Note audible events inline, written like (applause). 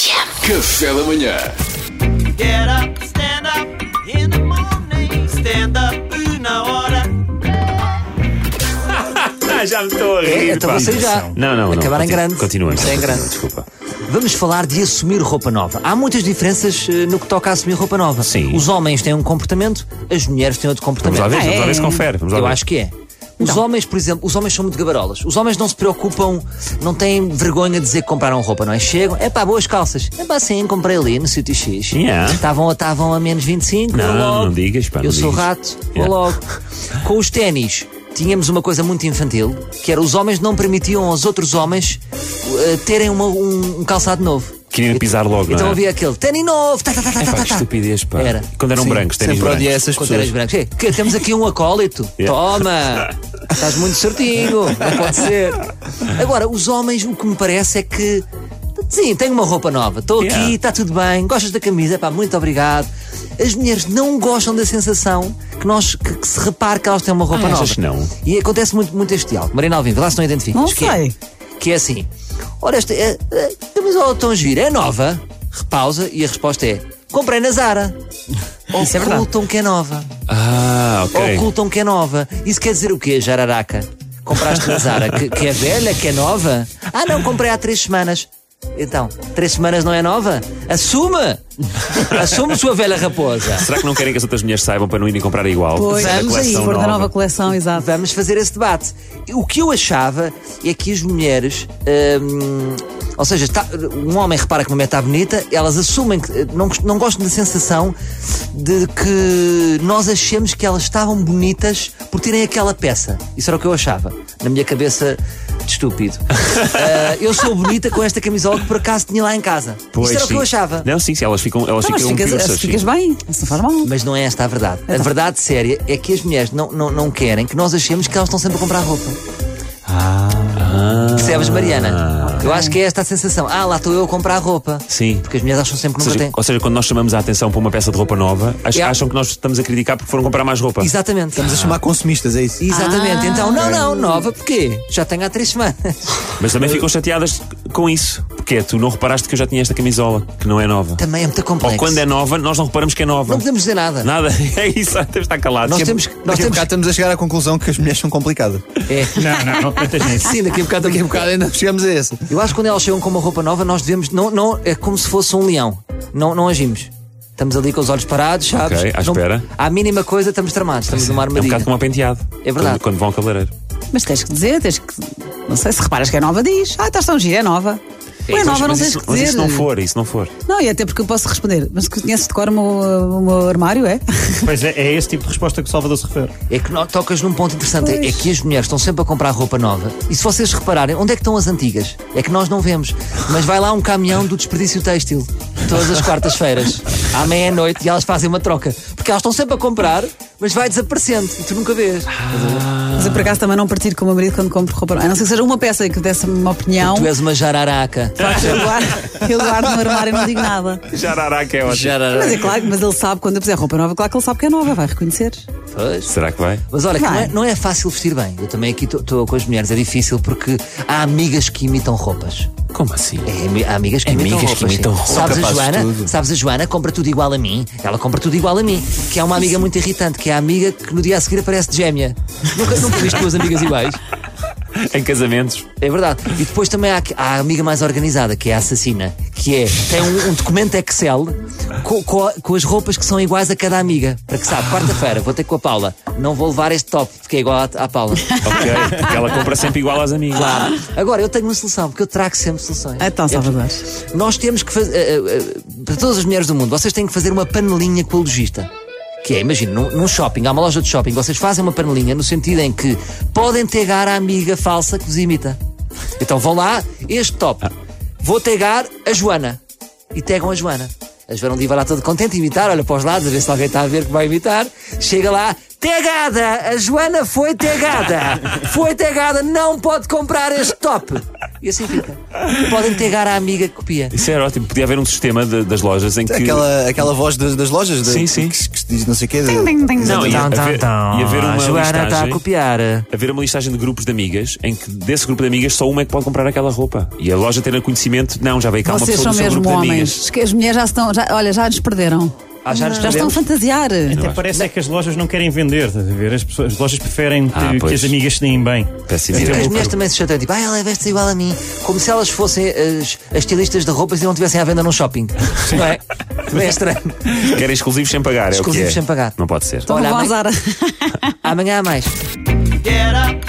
Café da manhã. Get up, stand up in the morning. Stand up na hora. Ah, já me estou a É, rir. então pá. vocês já Não, não, não. acabaram em Continu- grande. Continuamos. Isso é em grande. Desculpa. Vamos falar de assumir roupa nova. Há muitas diferenças eh, no que toca a assumir roupa nova. Sim. Os homens têm um comportamento, as mulheres têm outro comportamento. Vamos lá ver, vamos lá ver se é? confere. Vamos lá Ah, Eu ver. acho que é. Os homens, por exemplo, os homens são muito gabarolas. Os homens não se preocupam, não têm vergonha de dizer que compraram roupa, não é? Chegam, é pá, boas calças. É pá, sim, comprei ali no sítio X. Yeah. Estavam estavam a menos 25. Não, vou logo. Ah, não digas, pá, não Eu sou digas. rato, vou Yeah. (laughs) logo. Com os ténis, tínhamos uma coisa muito infantil, que era os homens não permitiam aos outros homens eh, terem uma- um, um calçado novo. Queriam pisar logo, Então não é? havia aquele ténis novo, tá, tá, tá, tá, Pá, tá, que tá. estupidez, pá. Era. Quando um eram Sim, brancos, tênis Sempre odiei brancos. essas Quando eras pessoas. branco. "Ei, que- Temos aqui um acólito. Yeah. Toma! Estás muito certinho. Não pode ser. Agora, os homens, o que me parece é que. Sim, tenho uma roupa nova. Estou Yeah. aqui, está tudo bem. Gostas da camisa? Pá, muito obrigado. As mulheres não gostam da sensação que, nós, que, que se repare que elas têm uma roupa Ah, nova. achas que não? E acontece muito, muito este diálogo. Marina Alvim, vê lá se não identificas. Não que é- sei. que é assim: Ora, esta é, é, a camisola tão gira é nova? Repausa e a resposta é: comprei na Zara. (laughs) Isso é verdade. Ocultam que é nova. Ah, ok. Ocultam que é nova. Isso quer dizer o quê, jararaca? Compraste na Zara, que, que é velha, que é nova? Ah, não, comprei há três semanas. Então, três semanas não é nova? (laughs) Assume! Assume, sua velha raposa! Será que não querem que as outras mulheres saibam para não irem comprar igual? Pois, Da vamos aí, coleção for da nova. nova coleção, exato. Vamos fazer esse debate. O que eu achava é que as mulheres. hum, ou seja, tá- um homem repara que uma mulher está bonita, elas assumem que. eh, Não, gos- não gostam da sensação de que nós achemos que elas estavam bonitas por terem aquela peça. Isso era o que eu achava. Na minha cabeça de (laughs) estúpido. Ah, eu sou bonita com esta camisola que por acaso tinha lá em casa. Pois, Isso era o que sim. eu achava. Não, sim, sim, elas ficam. Elas Então, mas ficam um ficas, piores, se ficas bem, assim, isso não faz mal. Mas não é esta a verdade. Então. A verdade séria é que as mulheres não, não, não querem que nós achemos que elas estão sempre a comprar roupa. Ah. Percebes, Mariana? Eu acho que é esta a sensação. Ah, lá estou eu a comprar roupa. Sim. Porque as mulheres acham sempre que Ou nunca seja, têm. ou seja, quando nós chamamos a atenção para uma peça de roupa nova, ach- Yeah. acham que nós estamos a criticar porque foram comprar mais roupa. Exatamente. Estamos a chamar consumistas, é isso? Ah. Exatamente. Então, não, não, nova, porquê? Já tenho há três semanas. Mas também ficam chateadas com isso. Porque é, tu não reparaste que eu já tinha esta camisola, que não é nova. Também é muito Ou complexo. quando é nova, nós não reparamos que é nova. Não podemos dizer nada. Nada, (laughs) é isso, temos de estar calado. Nós Que é- temos, nós Daqui a temos bocado estamos a chegar à conclusão que as mulheres são complicadas. é. Não, não, não. Sim, daqui a bocado Daqui a bocado ainda chegamos a esse. Eu acho que quando elas chegam com uma roupa nova, nós devemos. Não, não, é como se fosse um leão. Não, não agimos. Estamos ali com os olhos parados, sabes? Ok, à Não- espera. à mínima coisa, estamos tramados, estamos É numa um armadilha. bocado como um penteado. É verdade. Quando, quando vão ao cabeleireiro. Mas tens que dizer, tens que. Não sei se reparas que é nova, diz. Ah, estás tão gira, é nova. Ou é Mas- nova, não mas tens isso, que mas dizer. isso não for, isso não for. Não, e até porque eu posso responder. Mas que conheces de cor o meu, o meu armário, é? Pois é, é esse tipo de resposta que o Salvador se refere. É que no- tocas num ponto interessante, é, é que as mulheres estão sempre a comprar roupa nova. E se vocês repararem, onde é que estão as antigas? É que nós não vemos. Mas vai lá um caminhão do desperdício têxtil, todas as (laughs) quartas-feiras, à meia-noite, e elas fazem uma troca. Porque elas estão sempre a comprar, mas vai desaparecendo e tu nunca vês. Ah. Mas eu por acaso também não partilho com o meu marido quando compro roupa. A não ser que seja uma peça que desse-me uma opinião. Tu és uma jararaca. Eu guardo, eu guardo no armário e não digo nada. Jararaca é ótimo. Mas é claro, mas ele sabe, quando eu puser roupa nova, claro que ele sabe que é nova, vai reconhecer. Pois. Será que vai? Mas olha, que Vai. não, é, não é fácil vestir bem. Eu também aqui estou com as mulheres, é difícil porque há amigas que imitam roupas. Como assim? É, ami- há amigas que Amigas imitam que roupas. sim. imitam roupas. Sabes a Capazes de Joana? tudo. Sabes a Joana? Compra tudo igual a mim. Ela compra tudo igual a mim. Que é uma amiga muito irritante, que é a amiga que no dia a seguir aparece de gêmea. Nunca, nunca viste duas amigas iguais. Em casamentos. É verdade. E depois também há, há a amiga mais organizada, que é a assassina, que é tem um, um documento Excel co- co- com, as roupas que são iguais a cada amiga. Para que sabe, quarta-feira vou ter com a Paula. Não vou levar este top, porque é igual à, à Paula. Ok. Porque ela compra sempre igual às amigas. Claro. Agora, eu tenho uma solução, porque eu trago sempre soluções. É Então, Salvador. Nós temos que fazer. eh, eh, eh, para todas as mulheres do mundo, vocês têm que fazer uma panelinha com o lojista. Que é, imagina, num, num shopping, há uma loja de shopping, vocês fazem uma panelinha no sentido em que podem tegar a amiga falsa que vos imita. Então vão lá, este top. Vou tegar a Joana. E tegam a Joana. A Joana um dia vai lá toda contente imitar, olha para os lados, a ver se alguém está a ver que vai imitar. Chega lá, tegada! A Joana foi tegada! Foi tegada, não pode comprar este top! E E assim fica. Podem pegar à amiga que copia. Isso era ótimo. Podia haver um sistema de- das lojas em que. Aquela, aquela voz das, das lojas de- Sim, sim. Que, que se diz não sei o quê. de- Tem, tem, Não, tem. e- Então, então, haver- então. e haver uma A Joana está a listagem. copiar. haver uma listagem de grupos de amigas em que desse grupo de amigas só uma é que pode comprar aquela roupa. E a loja ter conhecimento, não, já veio cá uma Vocês pessoa são do seu mesmo grupo de homens. amigas. Esque- As mulheres já estão. Já, olha, já nos perderam. Ah, já nos já estão a perdemos? fantasiar. Não Até acho. parece é que as lojas não querem vender, estás a ver? As, pessoas- as lojas preferem Ah, que, pois. que as amigas se deem bem. Péssima Sim, ideia. As mulheres também se chateiam, tipo, ah, ela veste igual a mim. Como se elas fossem as, as estilistas de roupas e não estivessem à venda num shopping. Não é? Também é estranho. Querem exclusivos sem pagar, é o que Exclusivos é. sem Então, pagar. Não pode ser. Olha, Olha, vou a mãe- vazar. Amanhã há mais. Get up,